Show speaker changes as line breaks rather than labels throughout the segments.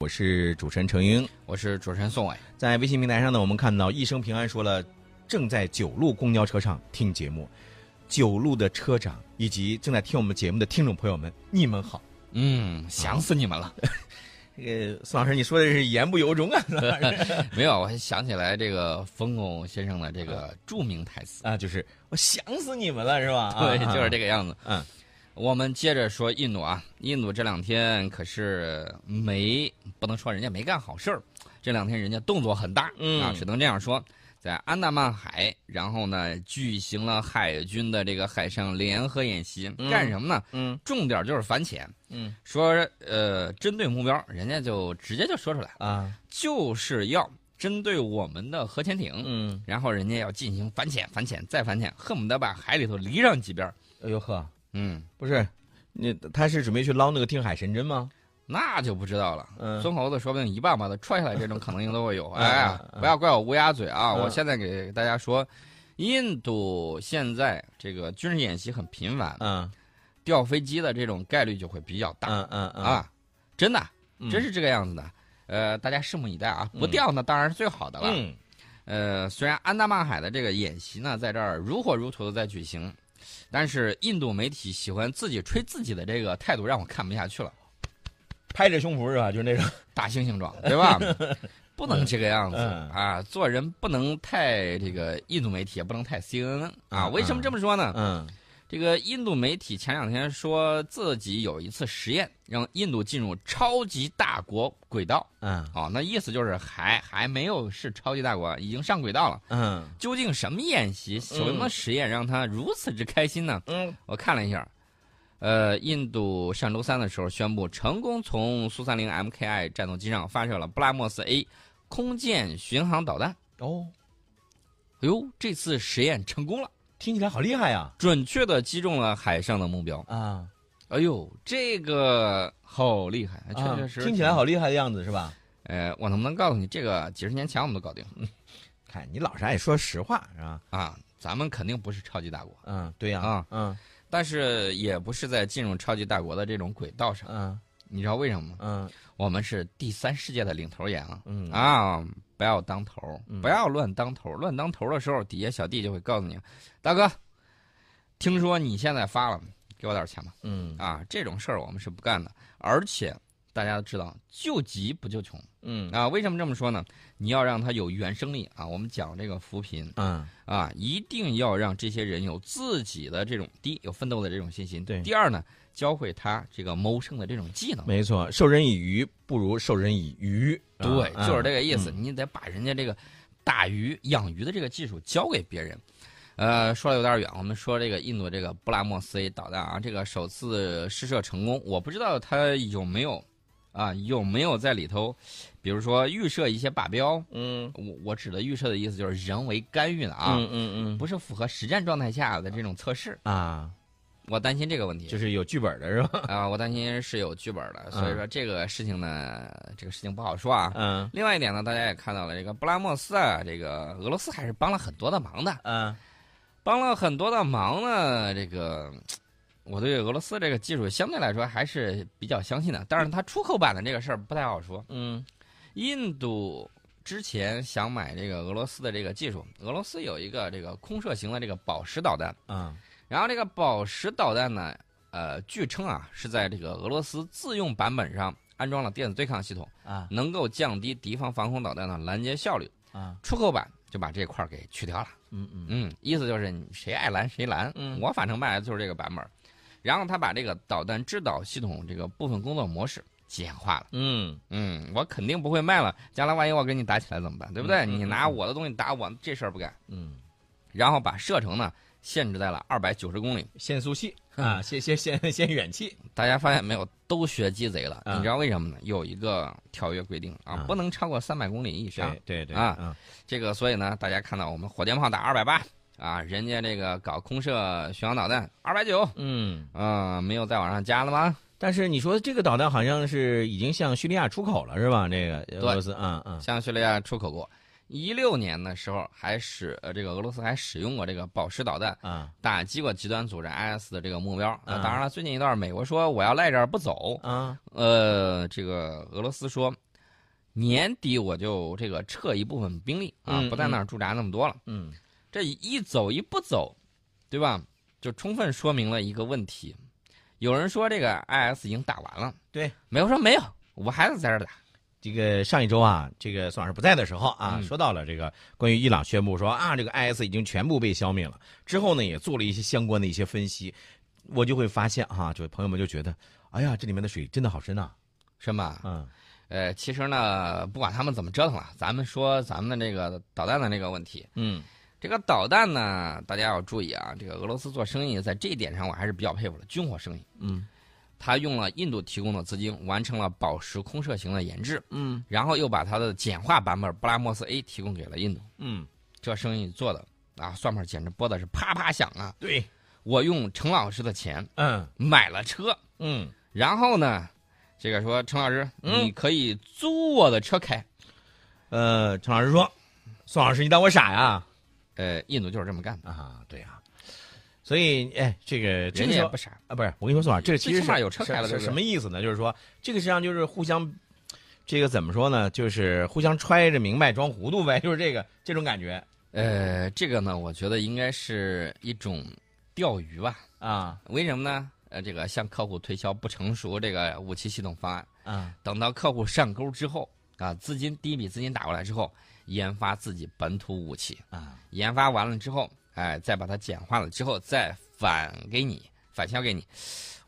我是主持人程英，
我是主持人宋伟。
在微信平台上呢，我们看到一生平安说了，正在九路公交车上听节目，九路的车长以及正在听我们节目的听众朋友们，你们好。
嗯，想死你们了。
这个宋老师，你说的是言不由衷 啊，宋老师
没有，我还想起来这个冯巩先生的这个著名台词，
啊，就是我想死你们了，是吧？啊
对，就是这。个样子。
嗯，
我们接着说印度啊，印度这两天可是没不能说人家没干好事儿，这两天人家动作很大，
嗯
啊，只能这样说。在安达曼海，然后呢，举行了海军的这个海上联合演习，
嗯
干什么呢？
嗯
重点就是反潜，
嗯
说呃，针对目标，人家就直接就说出来了。
啊
就是要针对我们的核潜艇，
嗯，
然后人家要进行反潜、反潜再反潜，恨不得把海里头离上几边儿。
哎呦呵，
嗯，
不是，你他是准备去捞那个定海神针吗？
那就不知道了。
嗯
孙猴子说不定一棒把他踹下来，这种可能性都会有。
嗯
哎呀
嗯，嗯
不要怪我乌鸦嘴啊！
嗯
我现在给大家说，印度现在这个军事演习很频繁，
嗯
掉飞机的这种概率就会比较大
嗯嗯嗯，
啊！真的，
嗯
真是这个样子的。呃，大家拭目以待啊！不
嗯
掉那当然是最好的了。
嗯
呃，虽然安达曼海的这个演习呢，在这儿如火如荼的在举行，但是印度媒体喜欢自己吹自己的这个态度，让我看不下去了。
拍着胸脯是吧？就是那种
大猩猩状，对吧？ 不能这个样子、
嗯
啊！做人不能太这个印度媒体，也不能太 CNN 啊！
嗯
为什么这么说呢？
嗯
这个印度媒体前两天说自己有一次实验，让印度进入超级大国轨道
嗯
啊、那意思就是还还没有是超级大国，已经上轨道了。
嗯
究竟什么演习、什么实验让他如此之开心呢？
嗯。
我看了一下，呃，印度上周三的时候宣布成功从苏 -30 MKI 战斗机上发射了布拉莫斯 A 空舰巡航导弹。
哦，
哎呦，这次实验成功了，
听起来好厉害啊呀！
准确的击中了海上的目标。
啊，
哎呦，这个好厉害，确确实、
啊听起来。好厉害的样子是吧？
呃，我能不能告诉你，这个几十年前我们都搞定
看你老是爱说实话是吧？
啊？咱们肯定不是超级大国，
嗯，对呀，
啊，
嗯
但是也不是在进入超级大国的这种轨道上。
嗯
你知道为什么吗？
嗯
我们是第三世界的领头羊啊！
嗯
啊，不要当头
嗯，
不要乱当头，乱当头的时候，底下小弟就会告诉你，大哥，听说你现在发了，给我点钱吧！
嗯
啊，这种事儿我们是不干的，而且。大家都知道，救急不救穷
嗯
啊！为什么这么说呢？你要让他有原生力啊！我们讲这个扶贫
嗯
啊，一定要让这些人有自己的这种第一有奋斗的这种信心，
对
第二呢，教会他这个谋生的这种技能。
没错，授人以鱼不如授人以渔。
对，
啊
就是这个意思。
嗯
你得把人家这个打鱼养鱼的这个技术交给别人。呃，说的有点远，我们说这个印度这个布拉莫斯 A 导弹啊，这个首次试射成功，我不知道它有没有啊，有没有在里头，比如说预设一些靶标。
嗯
我我指的预设的意思就是人为干预的啊，
嗯嗯嗯
不是符合实战状态下的这种测试。
啊，
我担心这个问题，
就是嗯有剧本的是吧？
啊、我担心是有剧本的，所以说这个事情呢，这个事情不好说啊。
嗯
另外一点呢，大家也看到了，这个布拉莫斯啊，这个俄罗斯还是帮了很多的忙的，
嗯
帮了很多的忙呢。这个我对俄罗斯这个技术相对来说还是比较相信的，但是它出口版的这个事儿不太好说。
嗯
印度之前想买这个俄罗斯的这个技术，俄罗斯有一个这个空射型的这个宝石导弹，
啊
然后这个宝石导弹呢，呃，据称啊是在这个俄罗斯自用版本上安装了电子对抗系统，
啊
能够降低敌方防空导弹的拦截效率。
啊
出口版就把这块儿给去掉了。
嗯嗯
嗯，意思就是你谁爱拦谁拦。
嗯
我反正卖的就是这个版本儿。然后他把这个导弹制导系统这个部分工作模式简化了。
嗯
嗯，我肯定不会卖了，将来万一我跟你打起来怎么办？对不对？
嗯嗯
你拿我的东西打我，这事儿不干。
嗯，
然后把射程呢限制在了二百九十公里。
限速 器啊，限限限限远气。
大家发现没有？都学鸡贼了。
啊
你知道为什么呢？有一个条约规定
啊
啊，不能超过三百公里以上。
对嗯对
啊，这个，所以呢，大家看到我们火箭炮打二百八啊，人家这个搞空射巡航导弹二百九，
嗯。
嗯，没有再往上加了吗？
但是你说这个导弹好像是已经向叙利亚出口了是吧？这个俄罗斯，嗯嗯
向叙利亚出口过。一六年的时候，还使呃这个俄罗斯还使用过这个宝石导弹
啊
打击过极端组织 IS 的这个目标。
啊
呃、 当然了，最近一段美国说我要赖这儿不走，
啊
呃，这个俄罗斯说年底我就这个撤一部分兵力啊，
嗯
不在那儿驻扎那么多了。
嗯
这一走一不走，对吧？就充分说明了一个问题。有人说这个 IS 已经打完了，
对，
美国说没有，我还是在这儿打。
这个上一周啊，这个宋老师不在的时候啊，
嗯
说到了这个关于伊朗宣布说啊，这个 IS 已经全部被消灭了。之后呢，也做了一些相关的一些分析，我就会发现哈、就朋友们就觉得，哎呀，这里面的水真的好深啊呐、
是吗？
嗯
呃，其实呢，不管他们怎么折腾了，咱们说咱们的这个导弹的这个问题，
嗯
这个导弹呢，大家要注意啊，这个俄罗斯做生意在这一点上我还是比较佩服的，军火生意。
嗯，
他用了印度提供的资金，完成了宝石空射型的研制，
嗯
然后又把它的简化版本布拉莫斯 A 提供给了印度。
嗯，
这生意做的啊，算盘简直拨的是啪啪响啊！
对，
我用程老师的钱
嗯
买了车，
嗯，
然后呢，这个说程老师，
嗯
你可以租我的车开。
呃，陈老师说，宋老师你当我傻呀？
呃，印度就是这么干的，
啊，对呀、所以哎，这个这个
人家
时
也
候
不傻。
啊，不是，我跟你说，宋老师，这其实
最起码
是
有车
是
开了
是
对不对
什么意思呢？就是说，这个实际上就是互相，这个怎么说呢？就是互相揣着明白装糊涂呗，就是这个这种感觉
呃，这个呢，我觉得应该是一种钓鱼吧？
啊
为什么呢？呃，这个向客户推销不成熟这个武器系统方案，
啊，
等到客户上钩之后啊，资金第一笔资金打过来之后，研发自己本土武器。
啊，
研发完了之后，哎，再把它简化了之后，再返给你，返销给你。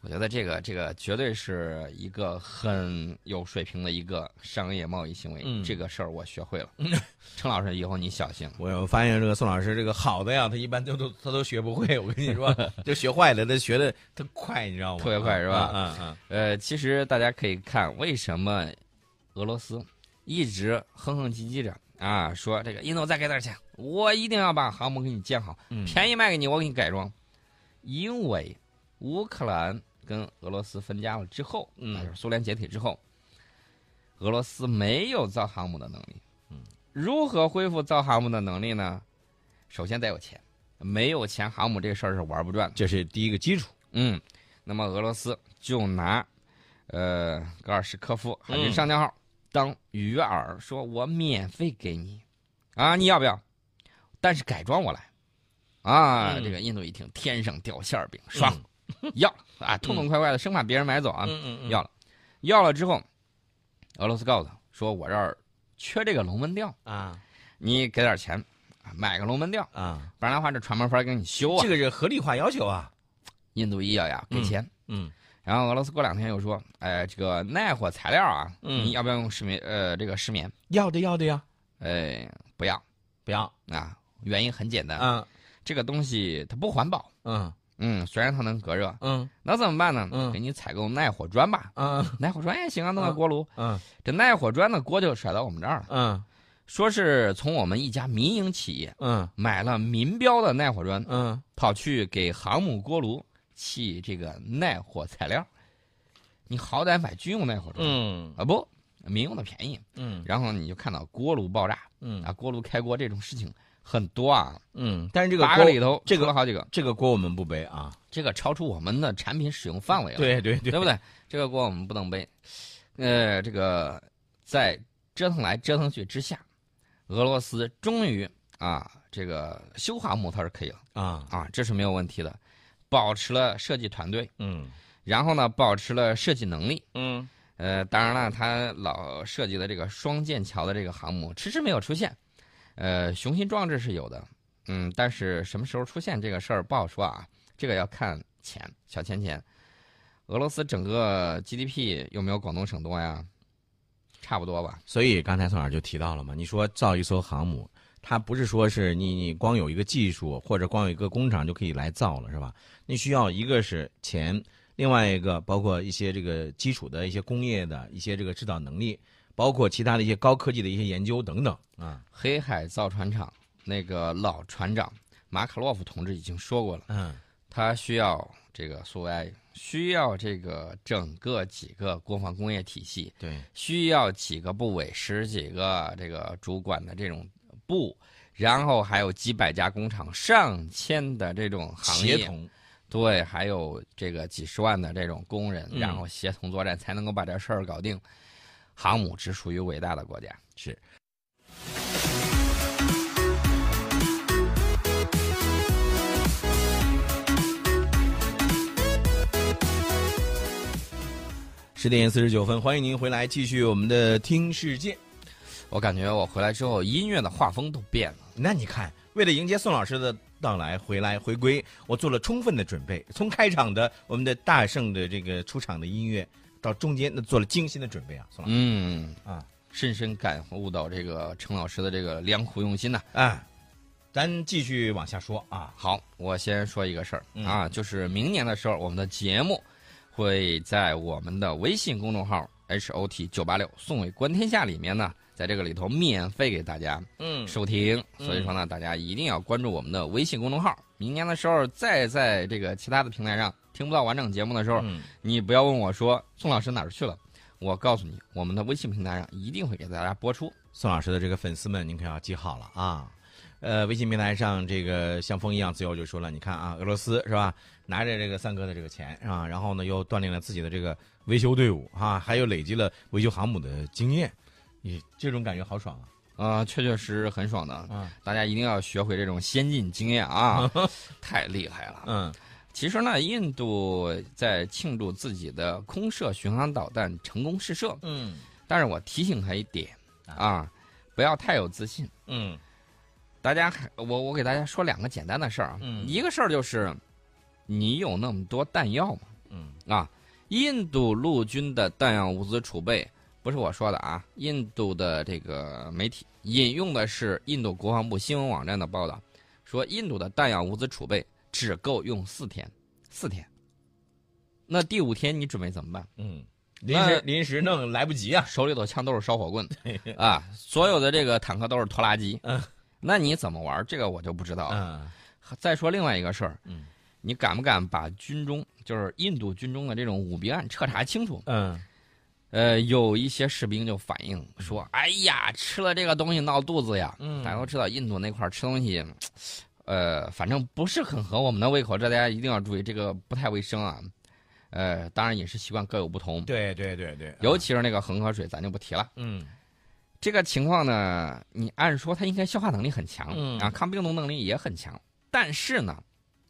我觉得这个这个绝对是一个很有水平的一个商业贸易行为。
嗯
这个事儿我学会了， 陈老师，以后你小心了。啊
我有发现这个宋老师这个好的呀，他一般都都他都学不会。我跟你说，就学坏了，他学的特快，你知道吗？
特别快是吧
嗯嗯
呃，其实大家可以看，为什么俄罗斯一直哼哼唧唧着啊，说这个印度再给点钱，我一定要把航母给你建好，
嗯，
便宜卖给你，我给你改装。因为乌克兰跟俄罗斯分家了之后，
嗯
那就是苏联解体之后，俄罗斯没有造航母的能力。
嗯
如何恢复造航母的能力呢？首先得有钱，没有钱，航母这事儿是玩不转的。
这是第一个基础。
嗯，那么俄罗斯就拿呃格尔什科夫海军
嗯
上将号当鱼饵，说我免费给你啊，你要不要？但是改装我来啊！
嗯
这个印度一听，天上掉馅儿饼，爽，要啊，痛痛快快的，生怕别人买走啊，
嗯嗯嗯
要了，要了之后，俄罗斯告诉他说，我这儿缺这个龙门吊，
啊
你给点钱啊，买个龙门吊，
啊，
不然的话这船没法给你修啊
这。个是合理化要求啊。
印度一咬牙给
嗯
钱。
嗯
然后俄罗斯过两天又说，哎，这个耐火材料啊，
嗯
你要不要用石棉？呃，这个石棉？
要的要的呀，
哎，不要
不要
啊，原因很简单，
啊
这个东西它不环保。
嗯
嗯，虽然它能隔热，
嗯
那怎么办呢？
嗯
给你采购耐火砖吧，
嗯
耐火砖也行啊，弄个锅炉。
嗯
这耐火砖的锅就甩到我们这儿了，
嗯
说是从我们一家民营企业
嗯
买了民标的耐火砖，
嗯。
跑去给航母锅炉砌这个耐火材料。你好歹买军用耐火砖，
嗯
啊不，民用的便宜。
嗯
然后你就看到锅炉爆炸
嗯
啊，锅炉开锅这种事情很多啊，
嗯，但是这个
八个
锅
里头
这个
出了好几个，
这个锅我们不背啊，
这个超出我们的产品使用范围了，
对对对
对不对？这个锅我们不能背。呃，这个在折腾来折腾去之下，俄罗斯终于啊，这个修航母它是可以了
啊，
啊，这是没有问题的，保持了设计团队，
嗯
然后呢，保持了设计能力。
嗯
呃，当然了，他老设计的这个双剑桥的这个航母迟迟没有出现，呃，雄心壮志是有的，嗯，但是什么时候出现这个事儿不好说啊，这个要看钱，小钱钱。俄罗斯整个 GDP 有没有广东省多呀？差不多吧。
所以刚才宋老师就提到了嘛，你说造一艘航母，它不是说是你你光有一个技术或者光有一个工厂就可以来造了，是吧？你需要一个是钱，另外一个包括一些这个基础的一些工业的一些这个制造能力，包括其他的一些高科技的一些研究等等啊，
黑海造船厂那个老船长马卡洛夫同志已经说过了，
嗯
他需要这个苏维埃，需要这个整个几个国防工业体系，
对，
需要几个部委、十几个这个主管的这种部，然后还有几百家工厂、上千的这种行
协
业，
同，
对，还有这个几十万的这种工人，
嗯
然后协同作战才能够把这事儿搞定。航母只属于伟大的国家。
是。十点四十九分，欢迎您回来，继续我们的听世界。
我感觉我回来之后，音乐的画风都变了。
那你看，为了迎接宋老师的到来，回来回归，我做了充分的准备。从开场的我们的大圣的这个出场的音乐，到中间那做了精心的准备啊，宋老师
嗯
啊，
深深感悟到这个陈老师的这个良苦用心呐、
啊，咱继续往下说啊。
好，我先说一个事儿、
嗯
啊，就是明年的时候，我们的节目会在我们的微信公众号 H O T 九八六送给观天下里面呢，在这个里头免费给大家
嗯
收听。
嗯
所以说呢，大家一定要关注我们的微信公众号。明年的时候，再在这个其他的平台上听不到完整节目的时候，
嗯，
你不要问我说宋老师哪儿去了，我告诉你，我们的微信平台上一定会给大家播出。
宋老师的这个粉丝们，您可要记好了啊。呃，微信平台上这个像风一样自由就说了，你看啊，俄罗斯是吧，拿着这个三哥的这个钱啊，然后呢又锻炼了自己的这个维修队伍啊，还有累积了维修航母的经验，你这种感觉好爽啊！
啊、确确实实很爽的，
啊，
大家一定要学会这种先进经验啊，太厉害了。
嗯
其实呢，印度在庆祝自己的空射巡航导弹成功试射，
嗯
但是我提醒他一点啊，不要太有自信。
嗯
大家还，我我给大家说两个简单的事儿啊，
嗯
一个事儿就是，你有那么多弹药吗？
嗯
啊，印度陆军的弹药物资储备不是我说的啊，印度的这个媒体引用的是印度国防部新闻网站的报道，说印度的弹药物资储备只够用四天，四天。那第五天你准备怎么办？
嗯，临时临时弄来不及啊！
手里头枪都是烧 火棍啊，所有的这个坦克都是拖拉机。
嗯，
那你怎么玩儿？这个我就不知道了。
嗯
再说另外一个事儿，
嗯
你敢不敢把军中，就是印度军中的这种舞弊案彻查清楚？
嗯
呃，有一些士兵就反映说：“哎呀，吃了这个东西闹肚子呀！”
嗯
大家都知道，印度那块儿吃东西，呃，反正不是很合我们的胃口，这大家一定要注意，这个不太卫生啊。呃，当然饮食习惯各有不同，
对啊对对对，
尤其是那个恒河水，咱就不提了。
嗯
这个情况呢，你按说它应该消化能力很强，
嗯
啊，抗病毒能力也很强，但是呢，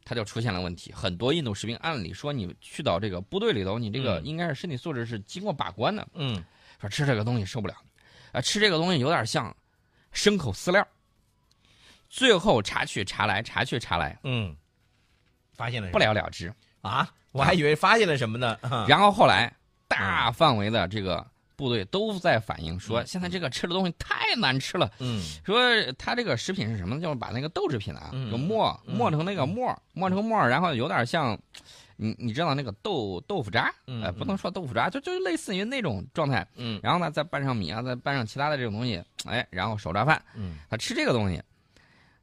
它就出现了问题。很多印度士兵，按理说你去到这个部队里头，你这个
嗯
应该是身体素质是经过把关的，
嗯
说吃这个东西受不了，啊，吃这个东西有点像牲口饲料。最后查去查来，查去查来，
嗯，发现了什么
不了了之。
啊？我还以为发现了什么呢？啊嗯
然后后来大范围的这个部队都在反映说，现在这个吃的东西太难吃了。
嗯
说它这个食品是什么呢？就是把那个豆制品啊，
嗯
就磨
嗯
磨成那个沫儿，磨成沫儿，然后有点像，你你知道那个豆豆腐渣，
嗯
呃，
嗯
不能说豆腐渣，就就类似于那种状态。
嗯
然后呢，再拌上米啊，再拌上其他的这种东西，哎，然后手抓饭，
嗯
他吃这个东西，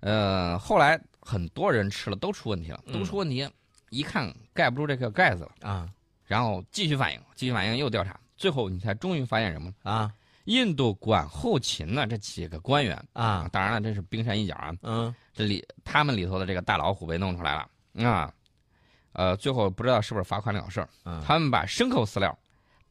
呃，后来很多人吃了都出问题
嗯
了，都出问题，一看盖不住这个盖子了，
啊
然后继续反应，继续反应又调查，最后你才终于发现什么？
啊
印度管后勤呢这几个官员啊
啊，
当然了，这是冰山一角啊，
嗯
这里他们里头的这个大老虎被弄出来了啊，呃，最后不知道是不是罚款了事儿，
嗯，
他们把牲口饲料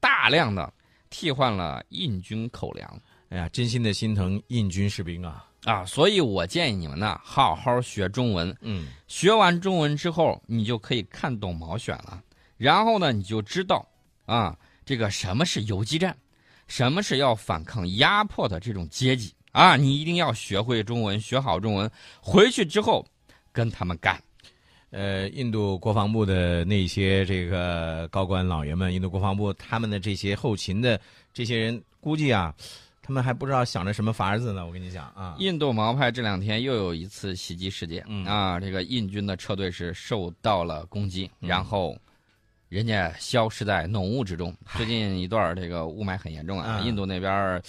大量的替换了印军口粮。
哎呀，真心的心疼印军士兵啊。
啊，所以我建议你们呢，好好学中文，
嗯
学完中文之后，你就可以看懂毛选了。然后呢，你就知道啊，这个什么是游击战，什么是要反抗压迫的这种阶级啊，你一定要学会中文，学好中文，回去之后跟他们干。
呃，印度国防部的那些这个高官老爷们，印度国防部他们的这些后勤的这些人，估计啊，他们还不知道想着什么法子呢。我跟你讲啊，
印度毛派这两天又有一次袭击事件、
嗯
啊，这个印军的车队是受到了攻击，
嗯
然后人家消失在浓雾之中。最近一段儿这个雾霾很严重啊，
嗯
印度那边儿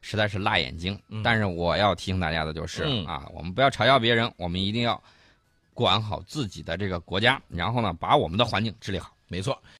实在是辣眼睛。
嗯
但是我要提醒大家的就是、
嗯
啊，我们不要嘲笑别人，我们一定要管好自己的这个国家，然后呢，把我们的环境治理好。
没错。